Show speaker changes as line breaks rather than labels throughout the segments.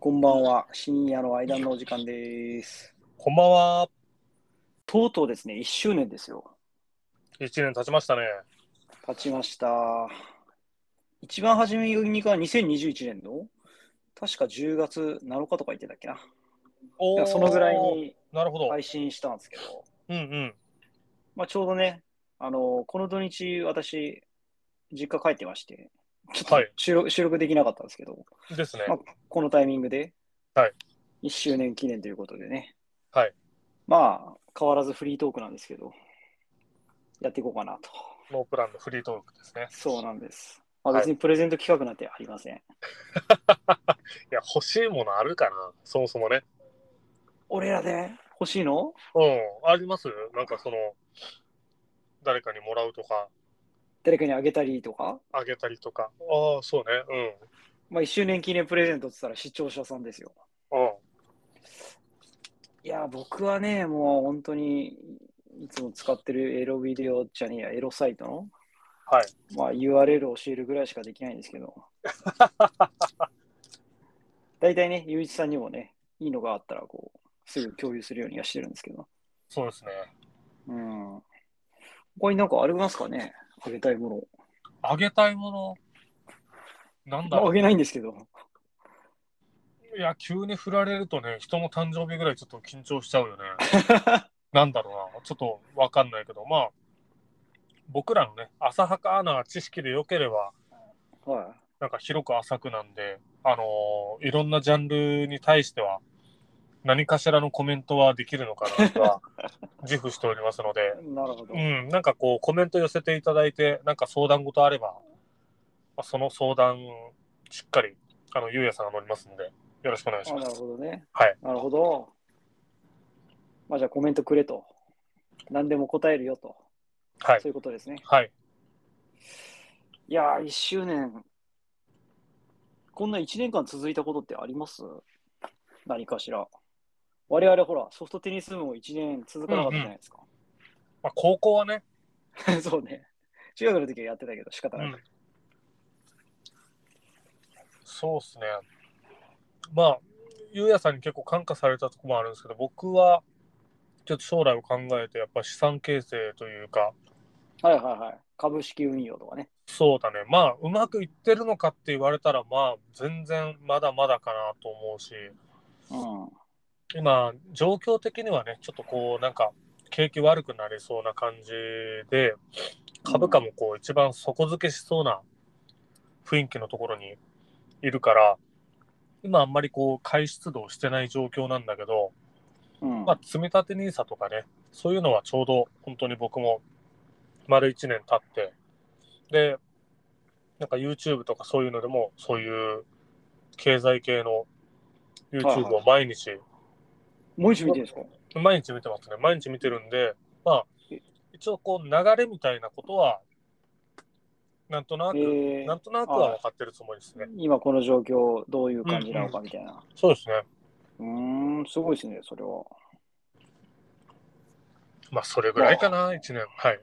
こんばんは。深夜の間のお時間です。
こんばんは。
とうとうですね、1周年ですよ。
1年経ちましたね。
経ちました。一番初めにか2021年の確か10月7日とか言ってたっけな。
おー
そのぐらい。に
なるほど。
配信したんですけど、
うんうん。
まあ、ちょうどね、あのこの土日、私、実家帰ってまして、ちょっと
はい
収録,、収録できなかったんですけど、
ですね。
まあ、このタイミングで、
はい
1周年記念ということでね、
はい
まあ、変わらずフリートークなんですけど、やっていこうかなと。
ノープランのフリートークですね。
そうなんです。まあ、
はい
別にプレゼント企画なんてありません。
いや、欲しいものあるかなそもそもね。
俺らで欲しいの
うん。ありますなんかその、誰かにもらうとか、
誰かにあげたりとか、
あげたりとか。ああ、そうね。
まあ、1周年記念プレゼントって言ったら視聴者さんですよ。
うん。うん。
いや、僕はね、もう本当にいつも使ってるエロビデオじゃねえや、エロサイトの、
はい。
まあ、URL を教えるぐらいしかできないんですけ ど。大体ね、ゆういちさんにもね、いいのがあったら、こう、すぐ共有するようにはしてるんですけど。
そうですね。
うん。他になんかありますかねあげたいもの。
あげたいもの。なん
ま
だ
あ
ろ
あ
う。
げないんですけど。
いや、急に振られるとね、人の誕生日ぐらいちょっと緊張しちゃうよね。なんだろうな、ちょっとわかんないけど、まあ、僕らのね、浅はかな知識で良ければ、
は
なんか広く浅くなんで、あのーいろんなジャンルに対しては、何かしらのコメントはできるのかなとは自負しておりますので、
い。なるほど。
うん、なんかこう、コメント寄せていただいて、なんか相談事あれば、まあ、その相談、しっかり、あの、ゆうやさんが乗りますので、よろしくお願いし
あ
ま
なる
す。
ほどね。
はい。
なるほど。まあじゃあコメントくれと。何でも答えるよと。
はい
そう。いうことですね。
はい。
いやー、1周年。こんな1年間続いたことってあります何かしら。我々ほら、ソフトテニス部も1年続かなかったじゃないですか。
まあ、高校はね、
そうね。中学の時はやってたけど仕方ない。
うんそうですね。まあ、ゆうやさんに結構感化されたとこもあるんですけど、僕はちょっと将来を考えて、やっぱ資産形成というか、
はいはいはい。株式運用とかね。
そうだね、まあ、うまくいってるのかって言われたら、まあ、全然まだまだかなと思うし、
うん。
今、状況的にはね、ちょっとこう、なんか、景気悪くなりそうな感じで、株価もこう、一番底付けしそうな雰囲気のところにいるから、今あんまりこう、買い出動してない状況なんだけど、
うん。
まあ、積み立て NISA とかね、そういうのはちょうど本当に僕も丸1年経って、で、なんか YouTube とかそういうのでも、そういう経済系の YouTube を毎日、
もう一度見ていいですか
毎日見てますね。毎日見てるんで、まあ
え、
一応こう流れみたいなことは、なんとなく、
えー
なんとなくは分かってるつもりですね。
今この状況どういう感じなのかみたいな。
そうですね。
うーん、すごいですね、それは。
まあ、それぐらいかな、1年。はい。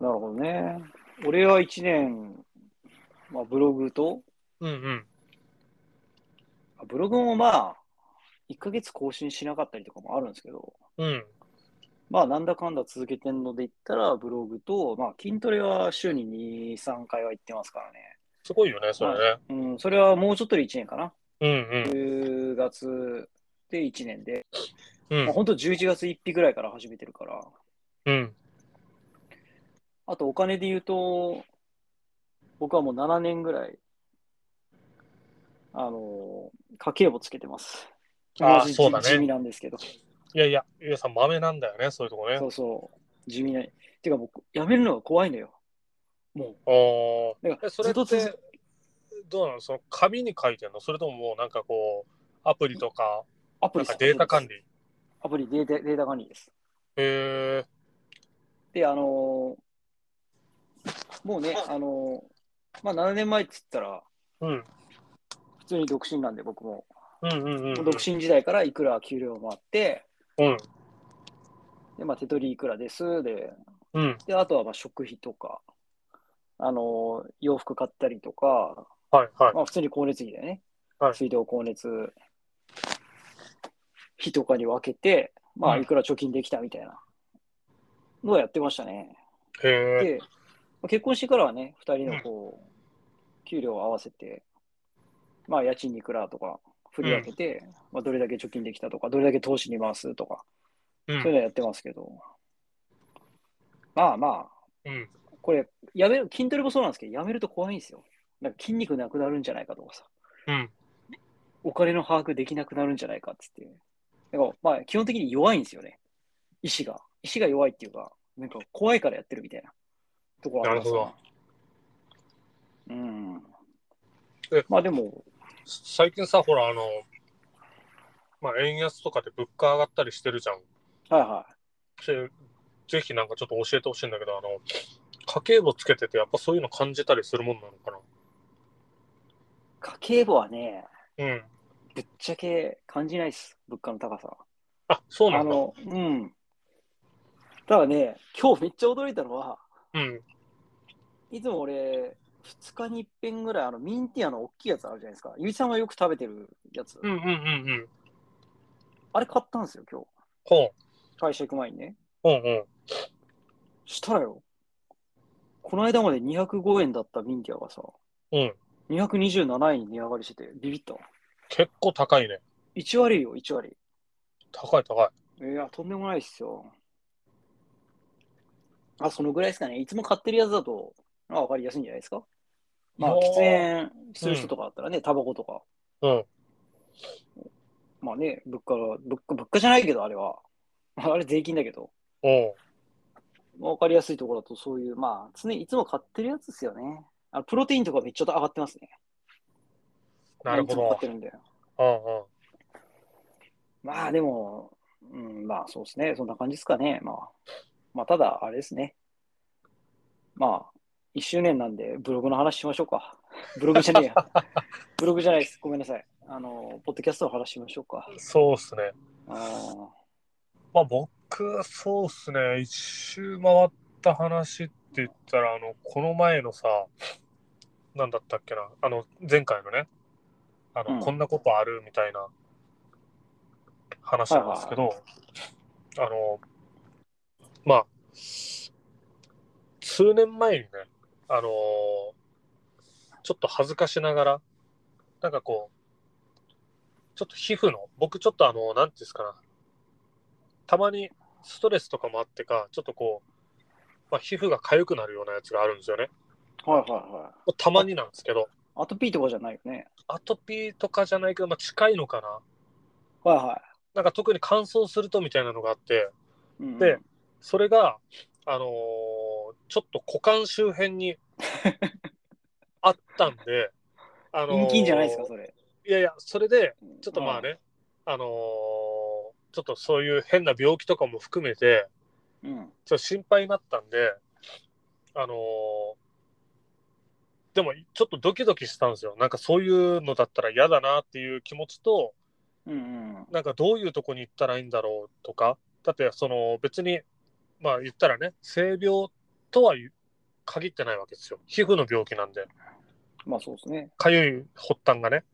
なるほどね。俺は1年、まあ、ブログと、
うんうん。
あブログもまあ、1ヶ月更新しなかったりとかもあるんですけど、
うん。
まあ、なんだかんだ続けてんので言ったら、ブログと、まあ、筋トレは週に2、3回は行ってますからね。
すごいよね、それね。
うん、それはもうちょっとで1年かな。
うん
10月で1年で、
うん。
まあ、本当11月1日ぐらいから始めてるから、
うん。うん。
あとお金で言うと、僕はもう7年ぐらい、あのー家計簿つけてます。
あー
同じ
そうだね
地味なんですけど、
いやいや、ゆうやさん、豆なんだよね、そういうとこね
そ。うそう、地味な。てか僕、やめるのが怖いのよ。も
お
う、だか
ーえ
ら
それっ
ずっと
て、どうなのその紙に書いてんのそれとももうなんかこう、アプリとか、
アプ
なん
リ
かデータ管
理。
理。
アプリデータデータ管理です。
へえ
で、あのーもうね、あのーまあ7年前って言ったら、
うん。
普通に独身なんで僕も、
うんうんうんうん。
独身時代からいくら給料もあって、
うん。
で、まあ手取りいくらです、で、
うん。
で、あとはまあ食費とか、あのー洋服買ったりとか、
はいはい。
まあ、普通に光熱費だよね。
はい
水道、光熱費とかに分けて、まあ、
うん
いくら貯金できたみたいなのをやってましたね。
へえ。
で、まあ結婚してからはね、2人のこう、給料を合わせて、まあ、家賃いくらとか振り分けて、まあ、どれだけ貯金できたとか、どれだけ投資に回すとか、
う。
そういうんのやってますけど、まあまあ、
うん。
これ、やめる、筋トレもそうなんですけど、やめると怖いんですよ。なんか筋肉なくなるんじゃないかとかさ、
うん。
お金の把握できなくなるんじゃないかっつって。だから、まあ、基本的に弱いんですよね。意志が。意志が弱いっていうか、なんか怖いからやってるみたいなところありますよね
なる
うん
え。
まあでも、
最近さ、ほら、あの、まあ、円安とかで物価上がったりしてるじゃん。
はいは
ぜぜひなんかちょっと教えてほしいんだけど、あの、家計簿つけてて、やっぱそういうの感じたりするもんなのか
い。家計簿はね、
な。うん。
ぶっちゃけ感じないっす。物価の高さ。
あ、そうな
あ
んだ。
の、うん。ただね、今日めっちゃ驚いたのは、
うん。
いつも俺、2日に一遍ぐらい、あの、ミンティアの大きいやつあるじゃないですか。ゆいさんはよく食べてるやつ。
うんうんうんうん。
あれ買ったんですよ、今日。
ほう。
会社行く前にね。
ほうほう。
したらよ。この間まで205円だったミンティアがさ、
うん。
227円に値上がりしてて、ビビったわ。
結構高いね。
1割よ、1割。
高い高い。
いや、とんでもないっすよ。あ、そのぐらいですかね。いつも買ってるやつだと、まあ、わかりやすいんじゃないですか。まあ、
おー
喫煙する人とかだったらね、タバコとか。
うん。
まあね、物価が、物価、物価じゃないけど、あれは。 あれ税金だけど。
おう。
まあわかりやすいところだと、そういう、まあ、常にいつも買ってるやつですよね。あのプロテインとかめっちゃ上がってますね。
なるほ
いつも買って。
ど
るんで。
うんうん。
まあでも、うん、まあそうですね、そんな感じですかね。まあ、まあ、ただ、あれですね。まあ、1周年なんで、ブログの話しましょうか。 ブログじゃねえや。ブログじゃないです。ごめんなさい。あの、ポッドキャストの話しましょうか。
そうっすね。
あー
まあ僕、そうっすね。一周回った話って言ったら、あの、この前のさ、なんだったっけな。あの、前回のね、あの、
うん
こんなことあるみたいな話なんですけど、あの、まあ、数年前にね、あのーちょっと恥ずかしながら、なんかこう、ちょっと皮膚の、僕ちょっとあの、なんていうんですかな、たまにストレスとかもあってか、ちょっとこう、まあ、皮膚が痒くなるようなやつがあるんですよね。
はいはいはい。
たまになんですけど、
アトピーとかじゃないよね。
アトピーとかじゃないけど、まあ、近いのかな。
はいは
なんか特に乾燥するとみたいなのがあって、
い。うんうん
で、それが、あのーちょっと股間周辺 にあったんで、あ
陰菌じゃないですか、それ。
いやいや、それで、ちょっとまあね、あのーちょっとそういう変な病気とかも含めて、
うん。うん。
ちょっと心配になったんで、あのーでもちょっとドキドキしたんですよ。なんかそういうのだったら嫌だなっていう気持ちと、
うんうん。
なんかどういうとこに行ったらいいんだろうとか、だってその別に、まあ言ったらね、性病とは言限ってないわけですよ。皮膚の病気なんで、
まあそうですね。
かゆい発端がね。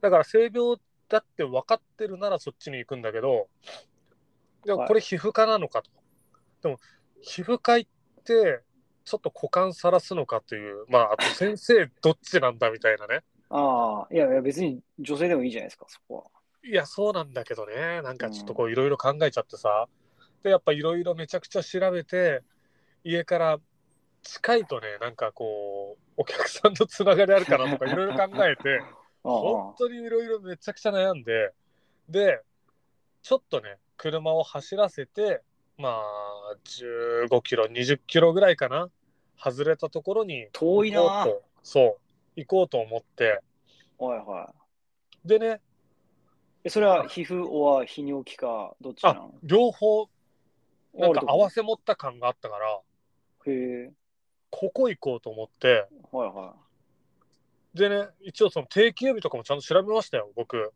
だから性病だって分かってるならそっちに行くんだけど、でもこれ皮膚科なのかと。でも皮膚科行って、ちょっと股間さらすのかという、まあ、あと先生どっちなんだみたいなね。
ああ、いやいや、別に女性でもいいじゃないですか、そこは。
いや、そうなんだけどね。なんかちょっとこういろいろ考えちゃってさ。で、やっぱいろいろめちゃくちゃ調べて、家から近いとね、なんかこう、お客さんとつながりあるかなとかいろいろ考え て、本当にいろいろめちゃくちゃ悩んで、で、ちょっとね、車を走らせて、まあ、15キロ、20キロぐらいかな、外れたところに
遠い
行
な
こ
ぁ。
うと、そう、行こうと思って、
はいはい。
でね、
えそれは皮膚は泌尿器かどっちな
あ
の
両方なんか合わ
せ
せ持った感があったから
へえ
ここ行こうと思って
はいは
でね一応その定休日とかもちゃんと調べましたよ僕
い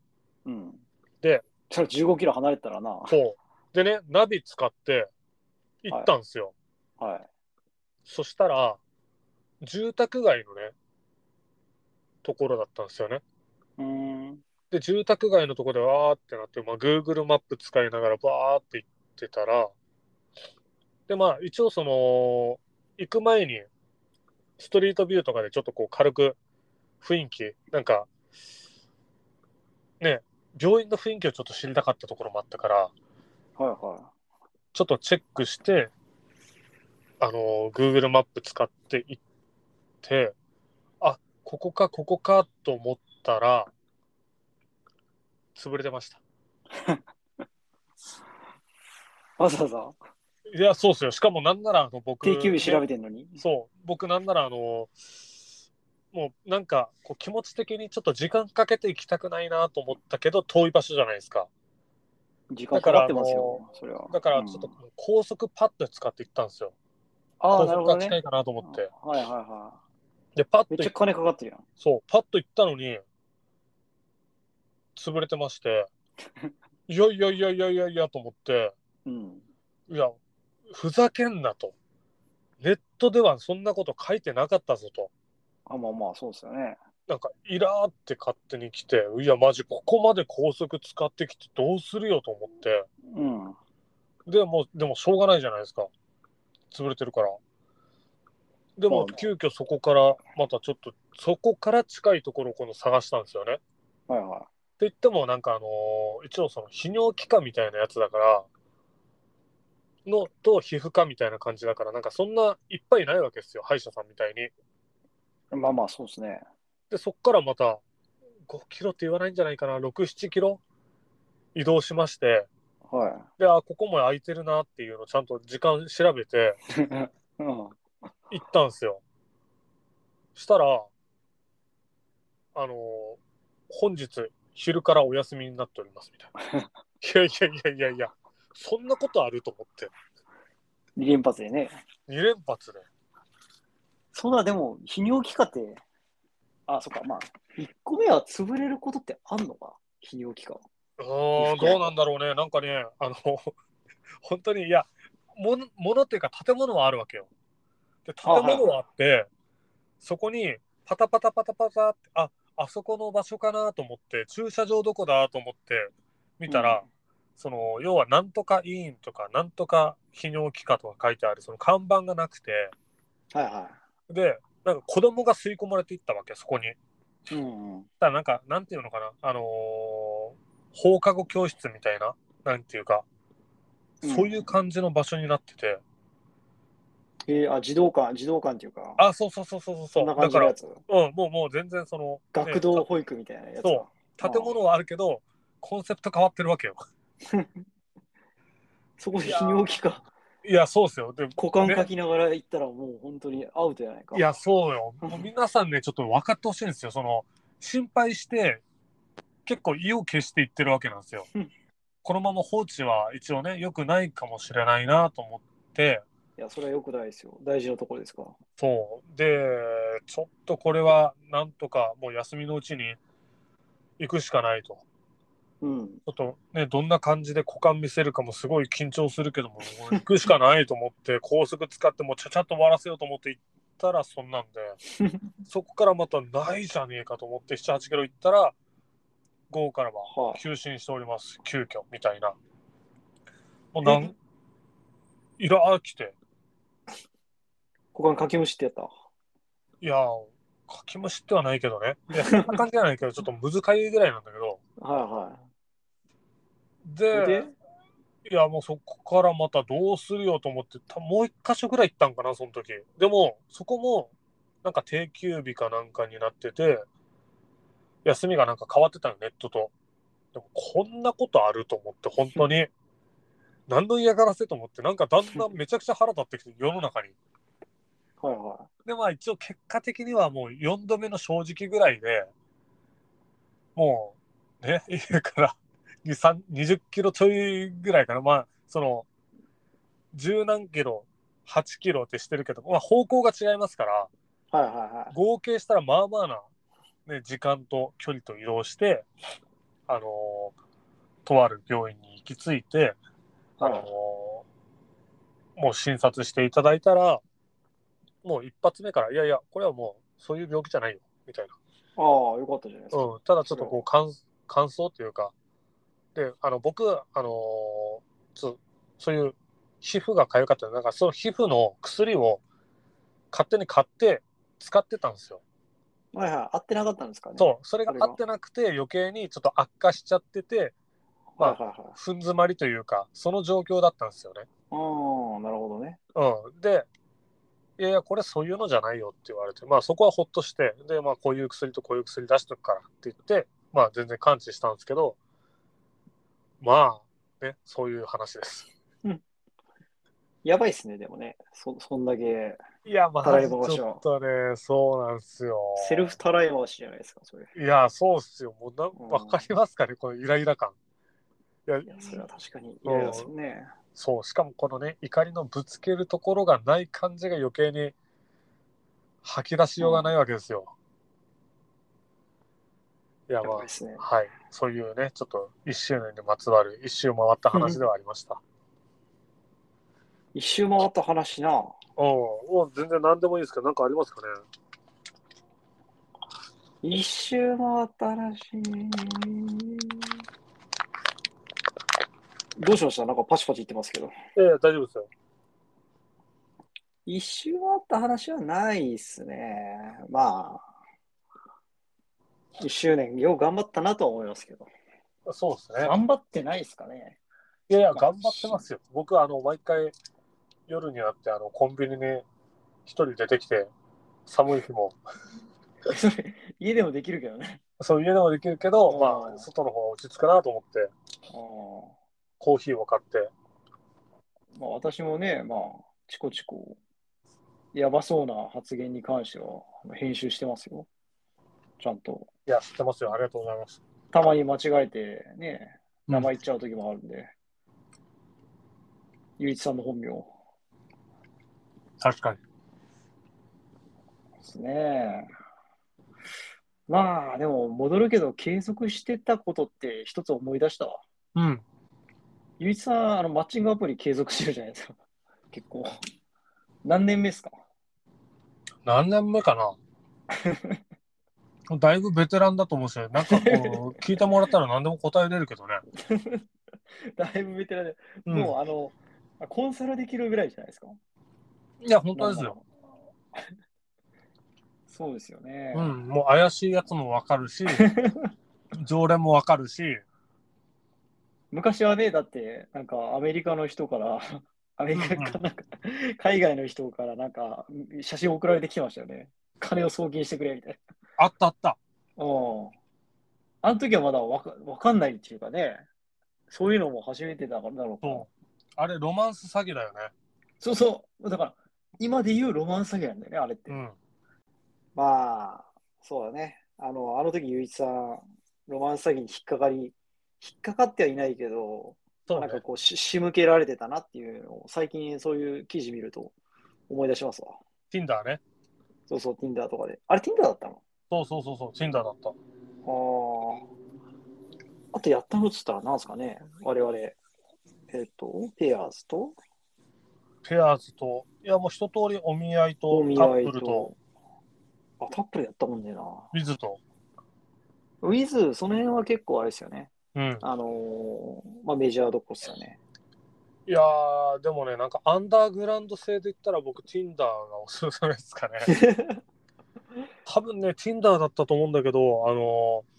うん
で
それ15キロ離れてたらなは
そうでねナビ使って行ったんですよ、
い
そしたら住宅街のねところだったんですよね
うーん
で、住宅街のところでわーってなって、まあ、Google マップ使いながらバーって行ってたら、で、まあ、一応その、行く前に、ストリートビューとかでちょっとこう軽く雰囲気、なんか、ね、病院の雰囲気をちょっと知りたかったところもあったから、
はいは
ちょっとチェックして、あの、Google マップ使って行って、あ、ここか、ここかと思ったら、潰れてました。
い。わざわざ
いや、そうっすよ。しかもなんなら、あの、僕、
定休日調べ
て。
てんのに。
そう、僕なんなら、あの、もうなんかこう気持ち的にちょっと時間かけて行きたくないなと思ったけど遠い場所じゃないですか
時間かかってますよ、それは。
だからちょっと
うん
高速パッと使って行ったんですよ、
ああ、
高
なる
速
ほど
が
ね
近。いかなと思って、
はいはいは
でパッ
い。め
と
っちゃ金かかってるやん。
そう、パッと行ったのに、潰れてま して、いやいやいやいやいやいやと思って、
うん。
いや、ふざけんなと。ネットではそんなこと書いてなかったぞと。
あ、まあまあ、そうですよね。
なんか、イラーって勝手に来て、いや、マジ、ここまで高速使ってきてどうするよと思って。
うん。
でもう、でも、しょうがないじゃないですか。潰れてるから。で
まあま、
も
あ
急遽そこから、またちょっと、そこから近いところをこの探したんですよね。
はいは
って言ってもなんかあのー一応その泌尿器科みたいなやつだからのと皮膚科みたいな感じだからなんかそんないっぱいないわけですよ歯医者さんみたいに
い。まあまあ、そうですね。
でそっからまた5キロって言わないんじゃないかな67キロ移動しまして
はい。
であここも空いてるなっていうのをちゃんと時間調べて
うん。
行ったんですよしたらあのー本日昼からお休みになっておりますみたいないやいやいやいやいやそんなことあると思って
二連発でね。
2連発で
そんな、でも、泌尿器科って、あ、そっか、まあ、一個目は潰れることってあんのか泌尿器科は。
うーんどうなんだろうねなんかねあの 本当にいやものものっていうか建物はあるわけよで建
はい
物はあって、そこにパタパタパタパタってああそこの場所かなと思って駐車場どこだと思って見たら、
うん
その要はなんとか委員とかなんとか泌尿器科とか書いてあるその看板がなくて
はいは
でなんか子供が吸い込まれていったわけそこに
い。うん、うん。
ただなんか、なんていうのかな、あのー放課後教室みたいな、なんていうか、
うん
そういう感じの場所になってて、
えーあ、児童館、児童館っていうか、
あ、そうそうそうそうそう、
そんな感じのや
だか
つ。
ら、うん、もうもう全然その、ね
学童保育みたいなやつか。
そた建物はあるけど、コンセプト変わってるわけよ。
そこで泌尿器科、
いや、そうですよ。で
股間書きながら行ったらもう本当にアウトじゃないか。
いや、そうよ。もう皆さんね、ちょっと分かってほしいんですよ。その、心配して、結構意を決していってるわけなんですよ
うん。
このまま放置は一応ね、良くないかもしれないなと思って、
いや、それはよくないですよ。大事なところですから。
そう。で、ちょっとこれはなんとかもう休みのうちに行くしかないと。
うん。
ちょっとね、どんな感じで股間見せるかもすごい緊張するけども、もう行くしかないと思って、 高速使ってもうちゃちゃっと終わらせようと思って行ったらそんなんで、そこからまたないじゃねえかと思って7、8キロ行ったら、午後から
は
はい休診しております、急遽みたいな。もうなん、いらー来て、
股間書き虫ってやった。
いやー、書き虫ってはないけどね。いや、そんな感じじゃないけど、ちょっと難かゆいぐらいなんだけど。
はいは
で、
い。で、
いや、もうそこからまたどうするよと思って、たもう一箇所ぐらい行ったんかな、その時。でも、そこも、なんか定休日かなんかになってて、休みがなんか変わってたよ、ネットと。でも、こんなことあると思って、本当に。何の嫌がらせと思って、なんかだんだんめちゃくちゃ腹立ってきて、世の中に。
はいは
でまあ一応結果的にはもう4度目の正直ぐらいでもうね 家から2 0キロちょいぐらいかなまあその十何キロ8キロってしてるけど、まあ、方向が違いますから
い。はいはいはい。
合計したらまあまあな、ね、時間と距離と移動してあのとある病院に行き着いて、あの
はい
もう診察していただいたら、もう一発目から、いやいや、これはもうそういう病気じゃないよ、みたいな。
ああ、よかったじゃないですか。
うん、ただちょっとこう、感感想というか、で、あの、僕、あのつそういう皮膚が痒かったんで、なんかその皮膚の薬を勝手に買って使ってたんですよ。
はいはい。合ってなかったんですかね。
そう、それが
それが
合ってなくて余計にちょっと悪化しちゃってて、
はいはいはい。
ふん詰まりというか、その状況だったんですよね。
ああ、なるほどね。
うん、で、いやいや、これそういうのじゃないよって言われて、まあそこはほっとして、で、まあこういう薬とこういう薬出しとくからって言って、まあ全然完治したんですけど、まあ、ね、そういう話です。
やばいっすね、でもね。そ、そんだけ、
いや、まあ、
たらい
ち
回しを
ょっとね、そうなんですよ。
セルフたらい回しじゃないですか、それ。
いや、そうっすよ。もうな、
ん
わかりますかね、このイライラ感。いや
いや、それは確かに、いやいや、そうね。
そう、しかもこのね、怒りのぶつけるところがない感じが余計に吐き出しようがないわけですよ。いや、
や
ま
ばいっすね
あ、。はい。そういうね、ちょっと1周年にまつわる、一周回った話ではありました。
一周回った話な。
おお全然何でもいいですけど、なんかありますかね
一周回った話。どうしましたなんかパチパチ言ってますけど。
ええ大丈夫ですよ。
一周回った話はないっすね。まあ、一周年、よう頑張ったなとは思いますけど。
そうですね。
頑張ってないっすかね。
いやいや、頑張ってますよ。僕は、あの、毎回夜になって、あの、コンビニに一人出てきて、寒い日も、
それ家でもできるけどね。
そう、家でもできるけど、
うん
まあ、外の方が落ち着くなと思って、
あ
コーヒーを買って、
まあ、私もね、まあ、チコチコ、やばそうな発言に関しては、あの編集してますよ。ちゃんと。
いや、知ってますよ。ありがとうございます。
たまに間違えて、ね、
うん
名前言っちゃう時もあるんで。ゆういちさんの本名で
確かに。
すね。まあ、でも、戻るけど、継続してたことって一つ思い出したわ。
うん。
ゆういちさん、あの、マッチングアプリ継続してるじゃないですか。 結構。何年目ですか
何年目か なだいぶベテランだと思うし、なん かこう、聞いてもらったら何でも答えれるけどね。
だいぶベテランで、
うん
もうあの、コンサルできるぐらいじゃないですか。
いや、本当ですよ。
なんなら。 そうですよね。
うん。もう怪しいやつもわかる し、常連もわかるし、
昔はね、だって、なんかアメリカの人から、 アメリカかなんか、海外の人からなんか、写真送られてきてましたよね。金を送金してくれみたい
あったあった。
な。うん。あの時はまだわかわかんないっていうかね、そういうのも初めてだからだろうから
そ。う。あれ、ロマンス詐欺だよね。
そうそう。だから、今で言うロマン詐欺なんだよね、あれって。
うん。
まあ、そうだね。あの、あの時、ゆういちさん、ロマンス詐欺に引っかかり、引っかかってはいないけど、
そう
なん
ね
か。こうし、仕向けられてたなっていうのを、最近そういう記事見ると思い出しますわ。
Tinder ね。
そうそう、Tinder とかで。あれ、Tinder だったの
そうそうそうそう、Tinder だった。
ああ。あと、やったのっつったら、なんですかね、我々。えっと、ペアーズと、
ペアーズと、いや、もう一通りお見合いと
お、見
カ
合
ッ
い
プルと、
と。あ、タップルやったもんねえな。
ウィズと。
ウィズ、その辺は結構あれですよね。
うん。
あのーまあ、メジャーどこっすよね。
いやー、でもね、なんかアンダーグラウンド性で言ったら僕、Tinder がおすすめですかね。 多分ね、Tinder だったと思うんだけど、あのー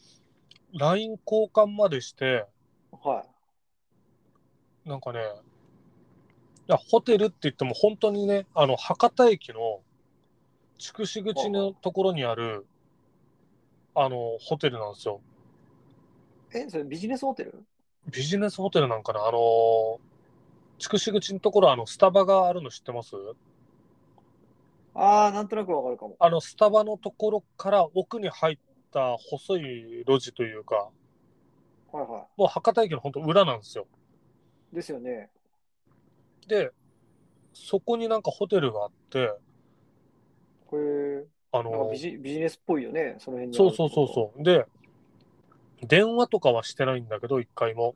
LINE 交換までして、
はい。
なんかね、いやホテルって言っても本当にね、あの、博多駅の筑紫口のところにある、あの、ホテルなんですよ。
え、それビジネスホテル
ビジネスホテルなんかな、あのー、筑紫口のところ、あの、スタバがあるの知ってます
ああ、なんとなくわかるかも。
あの、スタバのところから奥に入った細い路地というか、
はいは
もう博多駅の本当裏なんですよ。
い。ですよね。
で、そこになんかホテルがあって、
これ、
あ
なんか
の
ビ、ジビジネスっぽいよね、その辺にあ
そ
る
う
って
そ
こ
う
と
そうそう。で、電話とかはしてないんだけど、一回も。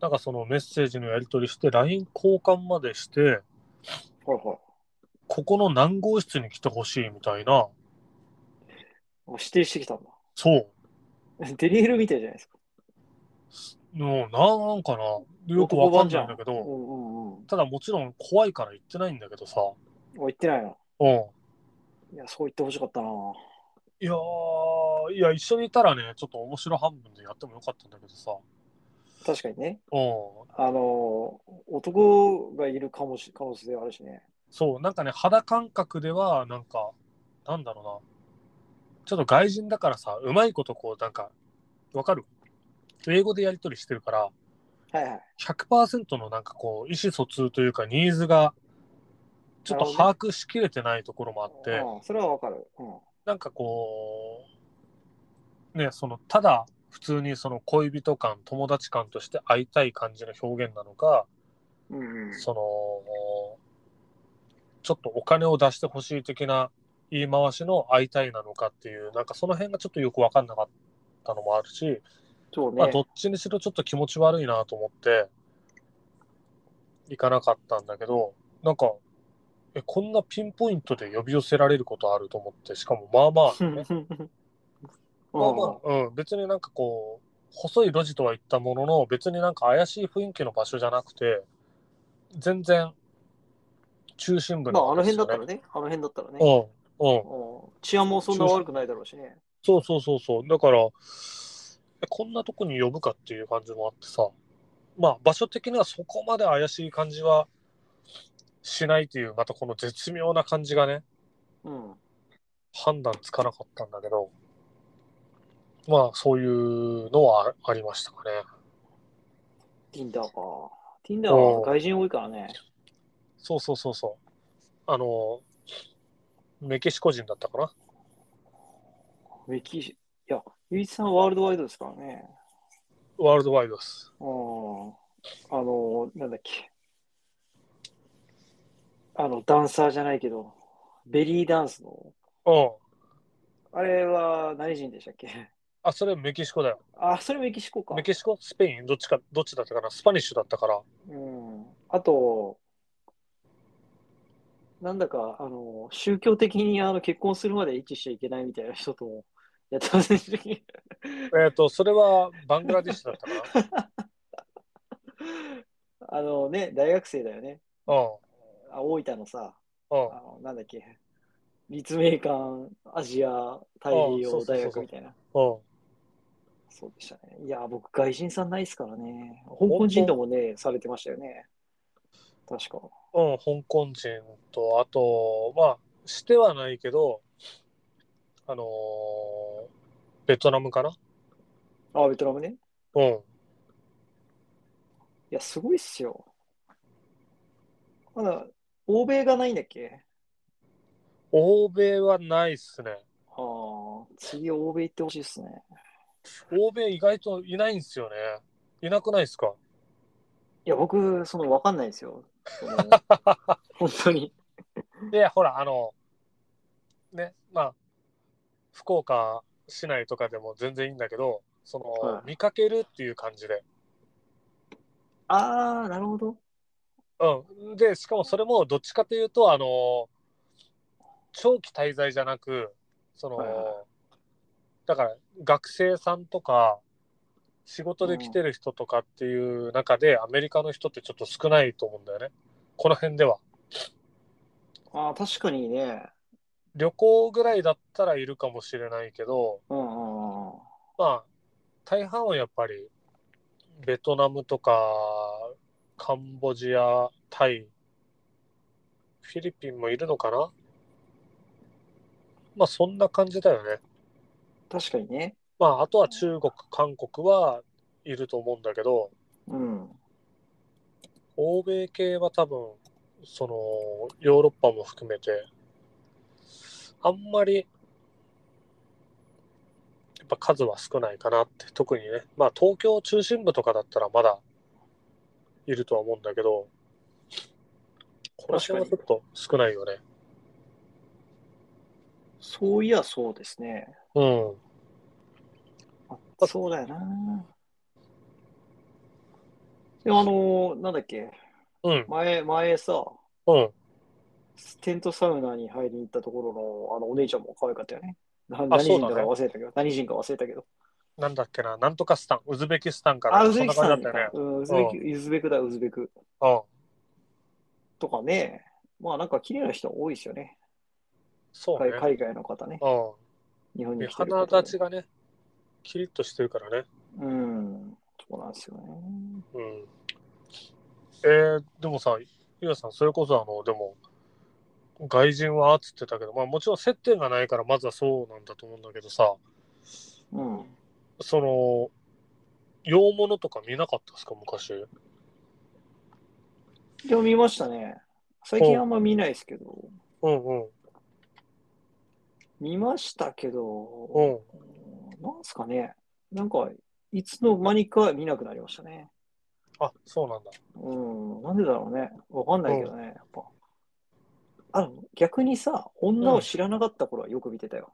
なんかそのメッセージのやり取りして、LINE 交換までして、
はいはい。
ここの何号室に来てほしいみたいな、
あ指定してきたんだ。
そう。
デリヘルみたいじゃないですか。
もうなんかな、よくわかんないんだけ
う
ど、
んうんうん。
ただもちろん怖いから言ってないんだけどさ、
お、言ってないの。
うん。
いや、そう言ってほしかったな。
いやー、いや、一緒にいたらね、ちょっと面白半分でやってもよかったんだけどさ、
確かにね。
うん。
あのー、男がいるかもし、可能性あるしね。
そう、なんかね、肌感覚では、なんか、なんだろうな、ちょっと外人だからさ、うまいことこう、なんか、わかる英語でやり取りしてるから、
はいはい。
100%のなんかこう、意思疎通というか、ニーズが、ちょっと把握しきれてないところもあって、
うん、それはわかる。うん。
なんかこう、ね、その、ただ、普通にその恋人感、友達感として会いたい感じの表現なのか、
うんうん。
その、ちょっとお金を出してほしい的な言い回しの会いたいなのかっていう、なんかその辺がちょっとよくわかんなかったのもあるし、
そうね。
まあどっちにしろちょっと気持ち悪いなと思って、行かなかったんだけど、なんか、え、こんなピンポイントで呼び寄せられることあると思って、しかもまあまあ
う
ね、
ん
まあまあ、うん、別になんかこう、細い路地とは言ったものの、別になんか怪しい雰囲気の場所じゃなくて、全然、中心部
まあ、あの
です
辺だ
よ
ったらね。あの辺だったらね。
うん、うん。
うん治安もそんな悪くないだろうしね。
そうそうそうそう。だから、えこんなとこに呼ぶかっていう感じもあってさ、まあ場所的にはそこまで怪しい感じはしないという、またこの絶妙な感じがね、
うん。
判断つかなかったんだけど、まあそういうのはあありましたかね。
Tinder か。Tinder は外人多いからね。
そうそうそうそう。あの、メキシコ人だったかな。
メキシ、いや、ゆういちさんはワールドワイドですからね。
ワールドワイドです。
うん。あの、なんだっけ。あの、ダンサーじゃないけど、ベリーダンスの。
うん。
あれは何人でしたっけ
あ、それメキシコだよ。
あ、それメキシコか。
メキシコスペインどっちか、どっちだったかな。スパニッシュだったから。
うん。あと、なんだか、あの、宗教的にあの結婚するまで一致しちゃいけないみたいな人ともやってませんでしたっけ
えっ、と、それはバングラディッシュだったかな。
あのね、大学生だよね。
う
あ大分のさ、
ん。うん
あ。のなんだっけ、立命館アジア太平
あそ
洋
うそうそうそう
大学みたいな。
うん。
そうでしたね。いや、僕、外人さんないですからね。香港人ともね、されてましたよね。確か。
うん。香港人と、あと、まあ、してはないけど、あのーベトナムかな
あ、ベトナムね。
うん。
いや、すごいっすよ。まだ、欧米がないんだっけ
欧米はないっすね。
ああ、次欧米行ってほしいっすね。
欧米意外といないんすよね。いなくないっすか
いや、僕、その、わかんないですよ。その本当に。
で、ほら、あの、ね、まあ、福岡市内とかでも全然いいんだけど、その、
はい
見かけるっていう感じで。
ああ、なるほど。
うん。で、しかもそれもどっちかというと、あの、長期滞在じゃなく、その、
はいはい
だから学生さんとか、仕事で来てる人とかっていう中で、アメリカの人ってちょっと少ないと思うんだよね。この辺では。
ああ、確かにね。
旅行ぐらいだったらいるかもしれないけど、
うんうんうんうん。
まあ、大半はやっぱり、ベトナムとか、カンボジア、タイ、フィリピンもいるのかなまあ、そんな感じだよね。
確かにね。
まあ、あとは中国、韓国はいると思うんだけど、
うん。
欧米系は多分、その、ヨーロッパも含めて、あんまり、やっぱ数は少ないかなって、特にね、まあ東京中心部とかだったらまだいるとは思うんだけど、この辺はちょっと少ないよね。
そういや、そうですね。
うん。
あそうだよな。でも、あのーなんだっけ、
うん。
前、前さ、
うん。
テントサウナに入りに行ったところの、あの、お姉ちゃんも可愛かったよね。な
あ
何
そう
人
だ
だ
ね
か忘れたけど、何人か忘れたけど。
なんだっけな、なんとかスタン、ウズベキスタンか
あ、
ら、
ウズ
そ
ベ
ん
キ
な
スタン
感じだったよね。
うんウズベキウズベクだ、ウズベク。
うん。
とかね、まあなんか綺麗な人多いですよね。
そう
海
ね。
海外の方ね。
う
日本
ん。で
に来てる
鼻
方
立
で
ちがね、キリッとしてるからね。
うん。そうなんですよね。
うん。えーでもさ、ゆうやさん、それこそあの、でも、外人はっつってたけど、まあもちろん接点がないから、まずはそうなんだと思うんだけどさ、
うん。
その、洋物とか見なかったですか、昔。
でも見ましたね。最近あんま見ないですけど。
うんうん。
見ましたけ
う
ど、
ん。
なんすかね。なんか、いつの間にか見なくなりましたね。
あ、そうなんだ。
うん。なんでだろうね。わかんないけどね。やっぱ。あの、逆にさ、女を知らなかった頃はよく見てたよ。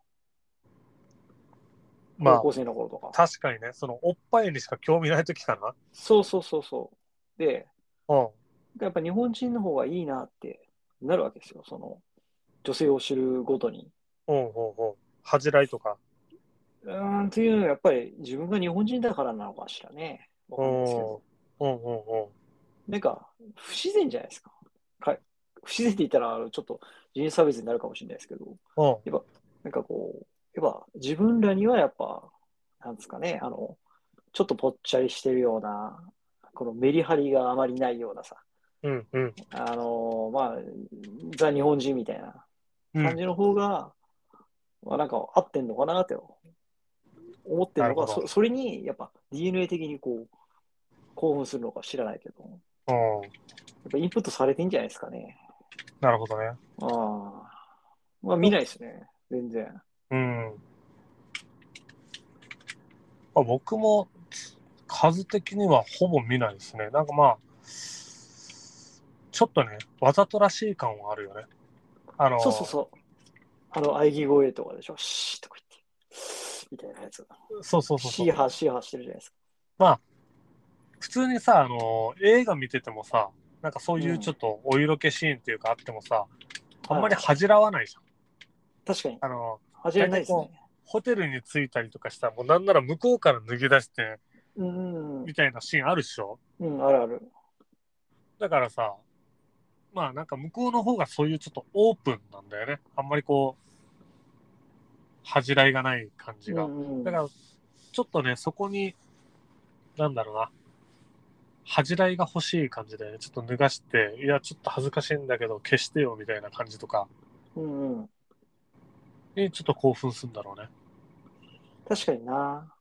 まあ
高、校生の頃とか。
確かにね、そのおっぱいにしか興味ない時かな。
そうそうそうそう。で、
うん。
やっぱ日本人の方がいいなってなるわけですよ。その、女性を知るごとに。
うんうんうん。恥じらいとか。
うーん、というのはやっぱり自分が日本人だからなのかしらね。わかんないですけど。
うんうんうん。
なんか、不自然じゃないですか。か不自然って言ったら、あのちょっと人種差別になるかもしれないですけど、
うん。
なんかこう、やっぱ自分らにはやっぱ、なんですかね、あの、ちょっとぽっちゃりしてるような、このメリハリがあまりないようなさ、
うんうん。
あの、まあ、ザ日本人みたいな
うん
感じの方が、まあなんか合ってんのかなって思ってるの
なるほ
が、
ど
そそれにやっぱ DNA 的にこう、興奮するのか知らないけど、や
うん
っぱインプットされてんじゃないですかね。
なるほどね。
ああ。まあ見ないですね。全然。
うん。まあ、僕も数的にはほぼ見ないですね。なんかまあ、ちょっとね、わざとらしい感はあるよね。あの、
そうそうそう。あの、喘ぎ声とかでしょ。シーッとか言って。みたいなやつ。
そうそうそうそう
シーハーシーハーしてるじゃないですか。
普通にさ、あの、映画見ててもさ、なんかそういうちょっとお色気シーンっていうかあってもさ、あんまり
はい
恥じらわないじゃん。
確かに。
あの、
始めないですね。
ホテルに着いたりとかしたら、もうなんなら向こうから脱ぎ出して、
うんうん
みたいなシーンあるでしょ
うん。うん、あるある。
だからさ、まあなんか向こうの方がそういうちょっとオープンなんだよね。あんまりこう、恥じらいがない感じが。
うんうん
だから、ちょっとね、そこに、なんだろうな、恥じらいが欲しい感じだよね。ちょっと脱がして、いや、ちょっと恥ずかしいんだけど、消してよみたいな感じとか、
うんうん。
にちょっと興奮するんだろうね。
確かにな。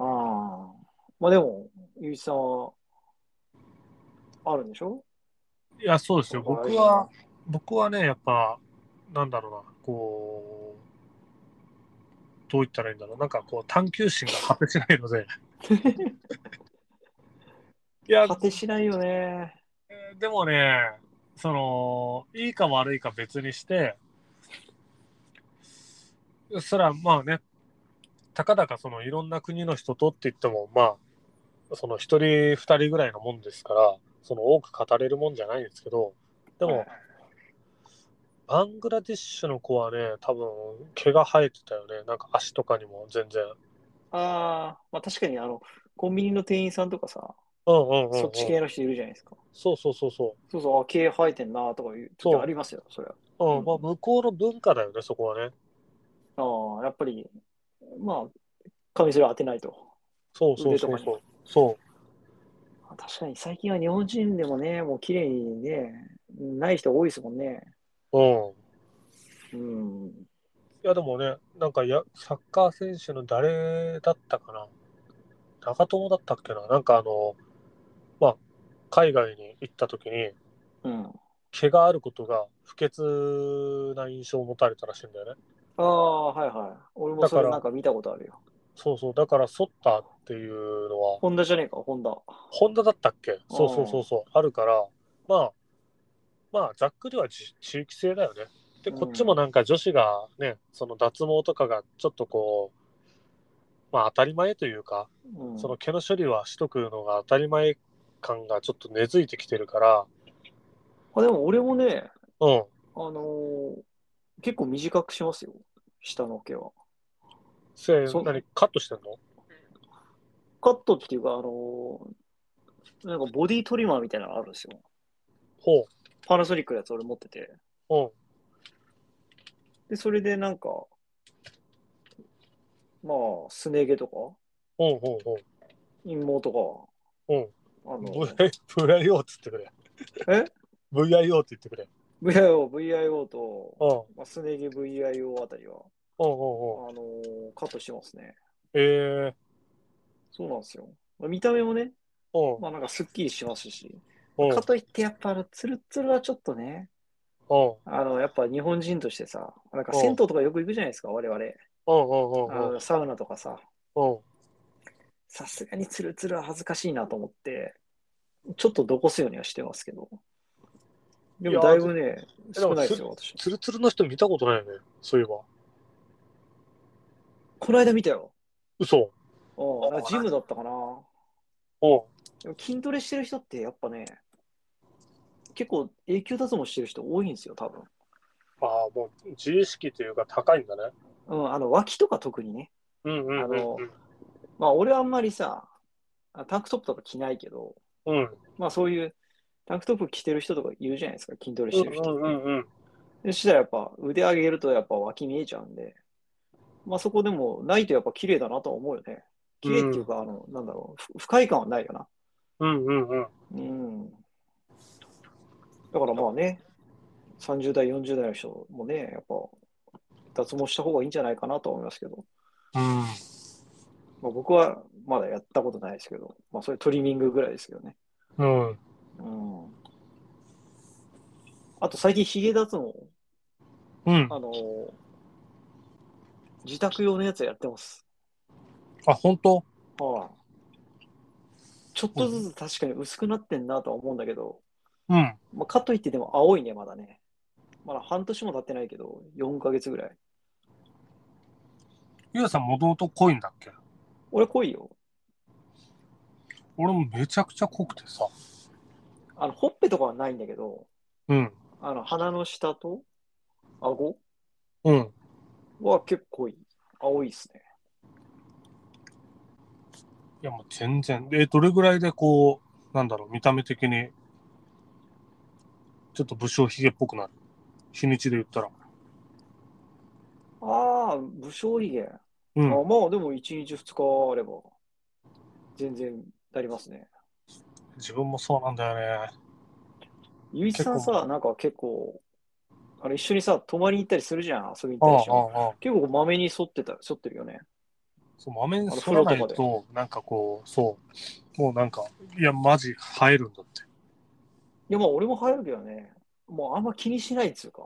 ああ。まあでも、ゆういちさんは、あるんでしょ
いや、そうですよ。僕は、、僕はね、やっぱ、なんだろうな、こう、どう言ったらいいんだろう、なんかこう、探求心が果てしないので。いや
果、てしないよね。
でもね、その、いいか悪いか別にして、そら、まあね、たかだかそのいろんな国の人とって言っても、まあ、その一人二人ぐらいのもんですから、その多く語れるもんじゃないですけど、でも、バングラディッシュの子はね、多分毛が生えてたよね。なんか足とかにも全然。
ああ、まあ確かにあの、コンビニの店員さんとかさ、
うんうんうん、うん。
そっち系の人いるじゃないですか。
そうそうそうそ
そうそう、あ、毛生えてんなとかいう時ありますよ、それは。
う。うん、
うん
まあ向こうの文化だよね、そこはね。
ああ、やっぱり、まあ、カミソリ当てないと。
そうそうそう
腕と
そう。そ
確かに最近は日本人でもね、もう綺麗にね、ない人多いですもんね。
う。うん。
うん。
いやでもね、なんかやサッカー選手の誰だったかな長友だったっけななんかあの、まあ、海外に行った時に、
うん。
毛があることが不潔な印象を持たれたらしいんだよね。
ああ、はいはい。俺もそ
だか
れ
ら
なんか見たことあるよ。
そうそう。だから、剃ったっていうのは、
ホンダじゃねえか、ホンダ。
ホンダだったっけそうそうそうそう、あるから、まあ、まあ、ざっくりはじ地域性だよね。で、こっちもなんか女子がね、その脱毛とかがちょっとこう、まあ当たり前というか、
うん。
その毛の処理はしとくのが当たり前感がちょっと根付いてきてるから、
あ、でも俺もね、
うん。
あのー結構短くしますよ。下の毛は。
それ
そ
何カットしてんの
カットっていうか、あのーなんかボディトリマーみたいなのあるんですよ。
ほ
パナソニックのやつ俺持ってて。
う。うん。
で、それでなんか、まあ、すね毛とか、
ほうほうほう。
陰毛と
うん。
か、あの、
VIO っつってくれ。
え
?VIO って言ってくれ。
VIO、VIO と、
うん。うん
まあ、すね毛 VIO あたりは、あ
うんうん。
のーカットしてますね。
ええ
そうなんですよ。まあ見た目もね、
うん
まあなんかすっきりしますし、
うん
かといってやっぱあのツルッツルはちょっとね、
うん
あの、やっぱ日本人としてさ、なんか
うん
銭湯とかよく行くじゃないですか、我々。
うんうんうんうん
あのサウナとかさ、
うん。
さすがにツルツルは恥ずかしいなと思って、ちょっとどこすようにはしてますけど。でもだいぶね、
でも
少ないですよ、私。
ツルツルの人見たことないよね。そういえば。
この間見たよ。
嘘。
うん、なんかジムだったかな。
うん。
でも筋トレしてる人ってやっぱね、結構永久脱毛してる人多いんですよ、多分。
ああ、もう自意識というか高いんだね。
うん、あの脇とか特にね。
うんうんうんうん。
まあ俺はあんまりさ、あタンクトップとか着ないけど、
うん
まあそういうタンクトップ着てる人とかいるじゃないですか、筋トレ
う
し
ん
てる人。
うんうん。
そしたらやっぱ腕上げるとやっぱ脇見えちゃうんで、まあそこでもないとやっぱ綺麗だなとは思うよね。綺麗っていうか、あの、なんだろう、ふ不快感はないよな。
うんうんうん。
うん。だからまあね、30代、40代の人もね、やっぱ脱毛した方がいいんじゃないかなとは思いますけど、
うん。
まあ僕はまだやったことないですけど、まあそれトリミングぐらいですけどね。
うん。
うん。あと最近ヒゲ脱毛、
うん。
あの自宅用のやつやってます。
あ、本当
はい、ちょっとずつ確かに薄くなってんなとは思うんだけど、
うん。
まあ、かといってでも青いね、まだね。まだ半年も経ってないけど、4ヶ月ぐらい。
ゆうさん、もともと濃いんだっけ
俺濃いよ。
俺もめちゃくちゃ濃くてさ。
あの、ほっぺとかはないんだけど、
うん。
あの、鼻の下と顎
うん。
は結構濃い。青いっすね。
いや、もう全然。え、どれぐらいでこう、なんだろう、見た目的に、ちょっと武将髭っぽくなる。日にちで言ったら。
ああ、武将髭。あ
うん。
まあ、でも1日2日あれば、全然なりますね。
自分もそうなんだよね。
ゆいちさん
結
さ、なんか結構、あれ一緒にさ、泊まりに行ったりするじゃん、遊びに
あ
行った
あ、あ
りしょ。
あ、ああ。
結構まめに沿ってた、沿ってるよね。
そう、まめに
あの
剃らな
風呂
い
と
と、なんかこう、そう。もうなんか、いや、マジ生えるんだって。
いや、まあ俺も入るけどね、もうあんま気にしないっつうか、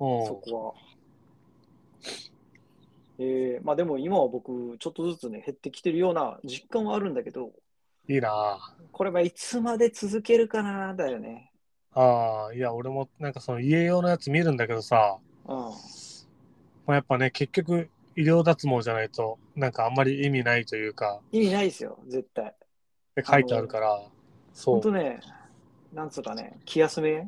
うん。
そこは。えー、まあでも今は僕、ちょっとずつね、減ってきてるような実感はあるんだけど、
いいなあ
これはいつまで続けるかな、だよね。
ああ、いや、俺もなんかその家用のやつ見るんだけどさ、
うん。
まあ、やっぱね、結局、医療脱毛じゃないと、なんかあんまり意味ないというか、
意味ないですよ、絶対。
で書いてあるから、そ
ほん
う
と。ね、なんつうかね、気休め。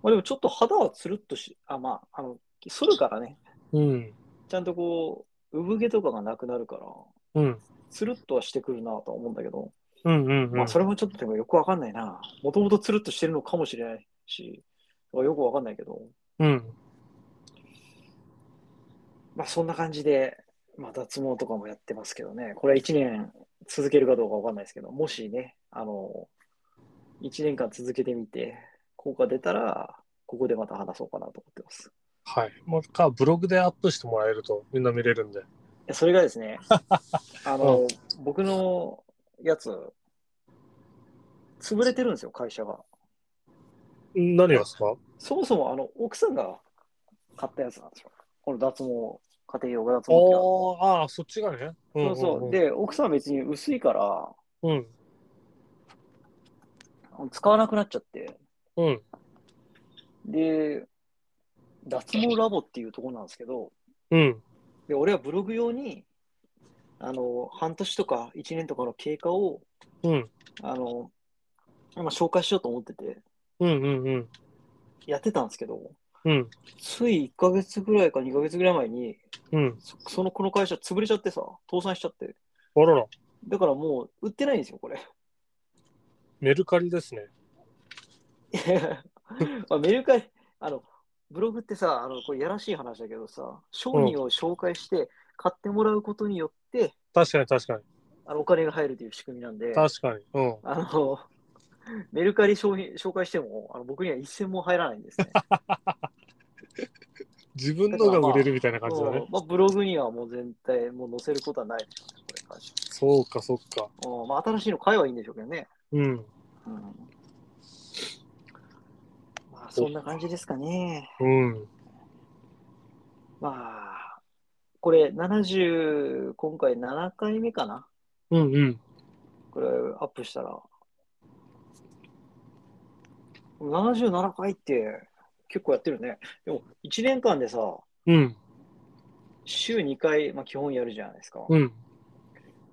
まあでもちょっと肌はつるっとし、あ、まあ、あの、剃るからね、
うん。
ちゃんとこう、産毛とかがなくなるから、
うん。
つるっとはしてくるなとは思うんだけど、
うんうんう
ま
ん
あ、。それもちょっとでもよくわかんないな。もともとつるっとしてるのかもしれないし、よくわかんないけど、
うん。
まあ、そんな感じで、まあ、脱毛とかもやってますけどね、これは1年続けるかどうかわかんないですけど、もしね、あの、1年間続けてみて、効果出たら、ここでまた話そうかなと思ってます。
はい。もうか、ブログでアップしてもらえると、みんな見れるんで。
いやそれがです ね、あの、僕のやつ、潰れてるんですよ、会社が。
ん何がですか
そもそもあの奥さんが買ったやつなんですよ。この脱毛、家庭用が脱毛器は
おー、ああ、そっちがね。うんんん
そうそう。、で、奥さんは別に薄いから、
うん。
使わなくなっちゃって、
うん。
で、脱毛ラボっていうところなんですけど、
うん。
で、俺はブログ用に、あの、半年とか1年とかの経過を、
うん。
あの、まあ紹介しようと思ってて、
うん。うん。うん。
やってたんですけど、
ううん、
つい1ヶ月ぐらいか2ヶ月ぐらい前に、
うん。
そそのこの会社潰れちゃってさ、倒産しちゃって。
あらら、
だからもう売ってないんですよ、これ。
メルカリですね。
あメルカリ、あの、ブログってさ、あの、これやらしい話だけどさ、商品を紹介して買ってもらうことによって、
確かに確かに。
あのお金が入るという仕組みなんで、
確かに。うん。
あの、 メルカリ商品紹介しても、あの僕には一銭も入らないん ですね。
自分のが売れるみたいな感じだ
そう
ね。
まあ、ブログにはもう全体、もう載せることはないですよね、これに関して
そうか、そうか。
はうんまあ、新しいの買えばいいんでしょうけどね。
うん。
うんまあ、そんな感じですかね。
うん。
まあ、これ70、今回7回目かな。
うんうん。
これアップしたら。77回って結構やってるね。でも1年間でさ、
うん。
週2回、まあ、基本やるじゃないですか。
うん。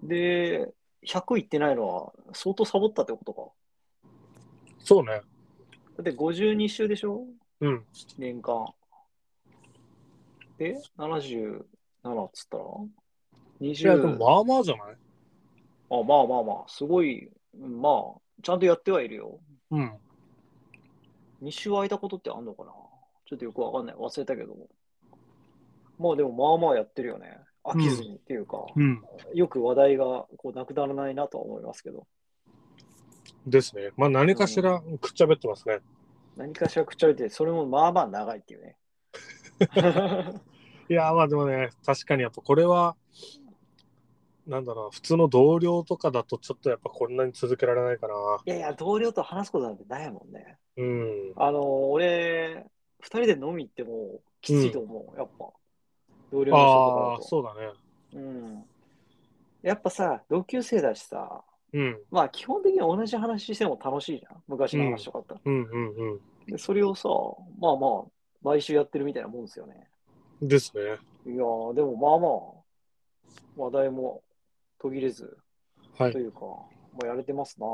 で、100いってないのは相当サボったってことか。
そうね。
だって52週でしょ
うん。
年間。で、77っつったら
いや、でも
?20。
まあまあじゃない
あ、まあまあまあ、すごい、うんまあ、ちゃんとやってはいるよ。
うん。
2週空いたことってあんのかなちょっとよくわかんない。忘れたけど。まあでも、まあまあやってるよね。飽きずにっていうか、
うん。
よく話題がこうなくならないなとは思いますけど、
ですね。まあ何かしらくっちゃべってますね。
何かしらくっちゃべて、それもまあまあ長いっていうね。
いや、まあでもね、確かにやっぱこれは、なんだろう、普通の同僚とかだとちょっとやっぱこんなに続けられないかな。
いやいや、同僚と話すことなんてないもんね。
うん。
あの、俺、2人で飲み行ってもきついと思う、やっぱ。同僚の
あ
人とかだ
あ、
と。
そうだね。
うん。やっぱさ、同級生だしさ、
うん。
まあ基本的には同じ話しても楽しいじゃん。昔の話とかあったら
うんうん
で、それをさ、まあまあ、毎週やってるみたいなもんですよね。
うん。ですね。
いやー、でもまあまあ、話題も途切れず、
はい
と。いうか、まあ、やれてますな。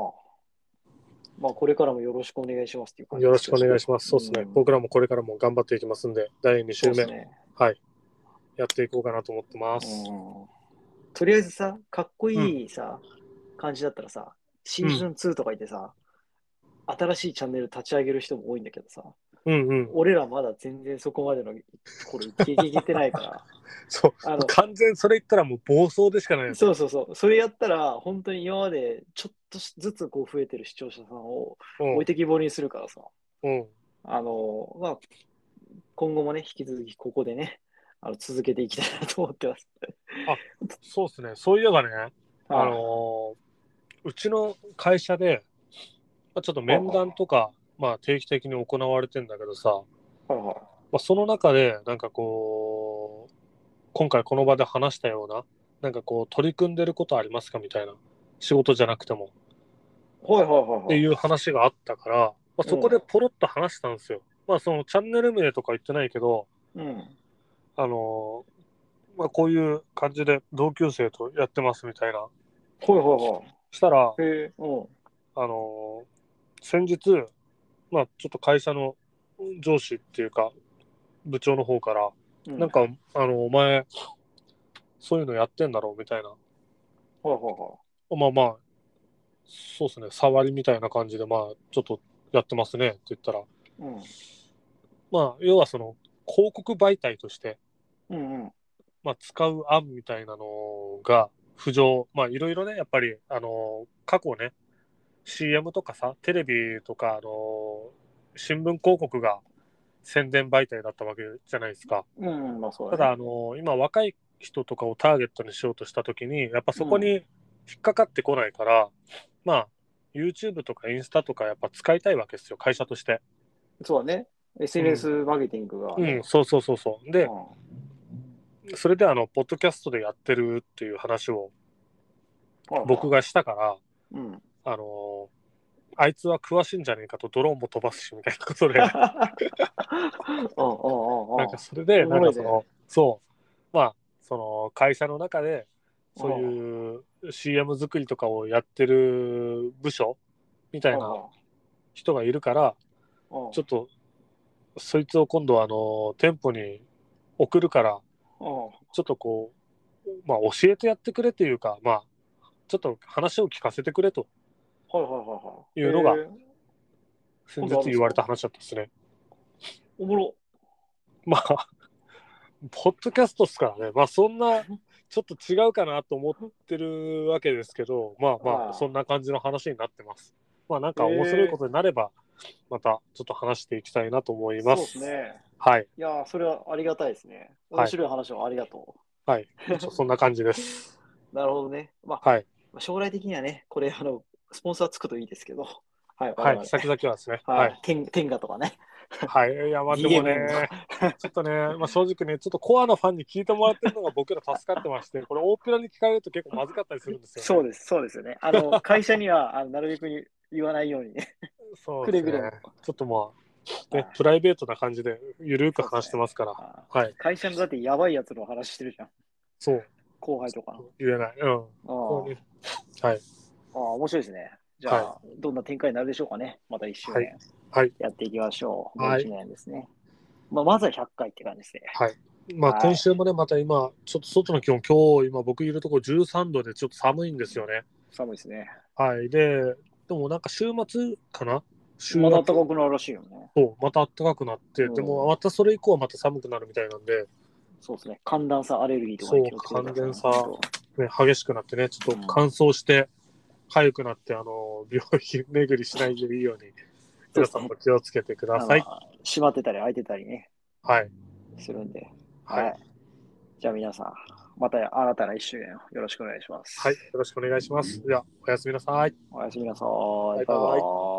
まあ、これからもよろしくお願いしますっていう感じ
よろしくお願いします。そうですね。
ん
僕らもこれからも頑張っていきますんで、第2週
そう
目、
っすね
はい。やっていこうかなと思ってます。
うんとりあえずさ、かっこいいさ、感じだったらさ、シーズン2とか言ってさ、新しいチャンネル立ち上げる人も多いんだけどさ、
うんうん。
俺らまだ全然そこまでの頃、経験いけてない から、
そう。
あの、
完全それ言ったらもう暴走でしかないです。
そうそうそう、それやったら、本当に今までちょっとずつこう増えてる視聴者さんを
うん
置い。てきぼりにするからさ、
うん。
あの、まあ、今後もね、引き続きここでね、あの続けていきたいなと思ってます。
そうですね。そういえばね、あ
はい
のーうちの会社で、まあ、ちょっと面談とか、まあ定期的に行われてんだけどさ、
はいはい
まあ、その中で、なんかこう、今回この場で話したような、なんかこう、取り組んでることありますかみたいな、仕事じゃなくても。
はいはいはいはい。
っていう話があったから、まあ、そこでポロッと話したんですよ。まあそのチャンネル名とか言ってないけど、
うん。
あのーまあ、こういう感じで同級生とやってますみたいな。
はいは
したら、
いはい。へえ、うん。
あのー先日、まあ、ちょっと会社の上司っていうか部長の方から、
う
なん、か、あのお前そういうのやってんだろうみたいな
はいはいは
まあまあ、そうですね、触りみたいな感じで、まあ、ちょっとやってますねって言ったら、
い。うん。
まあ、要はその、広告媒体として、
うんうん。
まあ、使う案みたいなのが浮上、まあ、いろいろね、やっぱり、あの、過去ね、CM とかさ、テレビとか、あの、新聞広告が宣伝媒体だったわけじゃないですか。
うんうん、まあそう
た
だ、ね。
だ、あ、の、今、若い人とかをターゲットにしようとしたときに、やっぱそこに引っかかってこないから、まあ、YouTube とかインスタとかやっぱ使いたいわけですよ、会社として。
そうだね。SNS マーケティングが、
う
ね
ん、そうそうそうそう。
う
で、
ん
それであの、ポッドキャストでやってるっていう話を僕
が。
がしたから、
うん。
あのーあいつは詳しいんじゃねえかとドローンも飛ばすしみたいなことで、な
うんうんうんうん
んかそれで、
お
な
も
ん
ろい
か
ね
その、そう、まあ、その会社の中で、そういう CM 作りとかをやってる部署みたいな人がいるから、
うんうん
ちょっとそいつを今度あの店舗に送るから
あ
ちょっとこうまあ教えてやってくれというかまあちょっと話を聞かせてくれと
あ、はいはいはいはい。
いうの
え
が
ー
先日言われた話だったですね。
おもろ。
まあポッドキャストですからねまあそんなちょっと違うかなと思ってるわけですけどまあま
あ
あ
あ
そんな感じの話になってます。まあなんか面白いことになればまたちょっと話していきたいなと思い
そう
ま。
ですすね。
はい
いやー、それはありがたいですね。
はい
面白い話をありがと
はいちょそんな感じです。
う。なるほどね。まあ、
はい
まあ将来的にはね、これ、あの、スポンサーつくといいですけど、はい、我
は
々
い先々はですね。
は
はい
い、天天下とかね。
はい、いや、まあ、でもね、ちょっとね、まあ、正直ね、ちょっとコアのファンに聞いてもらってるのが僕ら助かってまして、これ、大っぴらに聞かれると結構まずかったりするんですよ、ね。
そうです、そうですよね。あの、会社には、あのなるべく言わないようにね、
そう
く
で
れ
すね
ぐれも。
ちょっとまあ、ね
はい、
プライベートな感じで、ゆるく話してますから、
あー
はい、
会社のだってやばいやつの話してるじゃん。
そう、
後輩とかの。
言えない。うん。
あ
こう
ー
ねはい、
あー、面白いですね。じゃあ、どんな展開になるでしょうかね。また一周年
はいはい
やっていきましょう。もう
はい
一年ですね。まあ、まずは100回って感じですね。
まあ、
はい
今週もね、また今、ちょっと外の気温、今日、今、僕いるとこ13度で、ちょっと寒いんですよね。
寒いですね。
はい、で、でもなんか週末かな週末
まだ暖かくなるらしいよね。
そう、また暖かくなって、
うん
でもまたそれ以降はまた寒くなるみたいなんで、
そうですね。寒暖差アレルギーとかに気をつけてくださいね
そう寒暖ね、激しくなってね、ちょっ
うん
と乾燥して、痒くなって、あの、病院巡りしないでいいように、皆さんも気をつけてください。
あの閉まってたり開いてたりね、
はい。
するんで。
はい。
じゃあ皆さん、また新たな一周年をよろしくお願いします。
はい。よろしくお願いします。じゃあ、おやすみなさい。
おやすみなさい。
バイバイ
バイバイ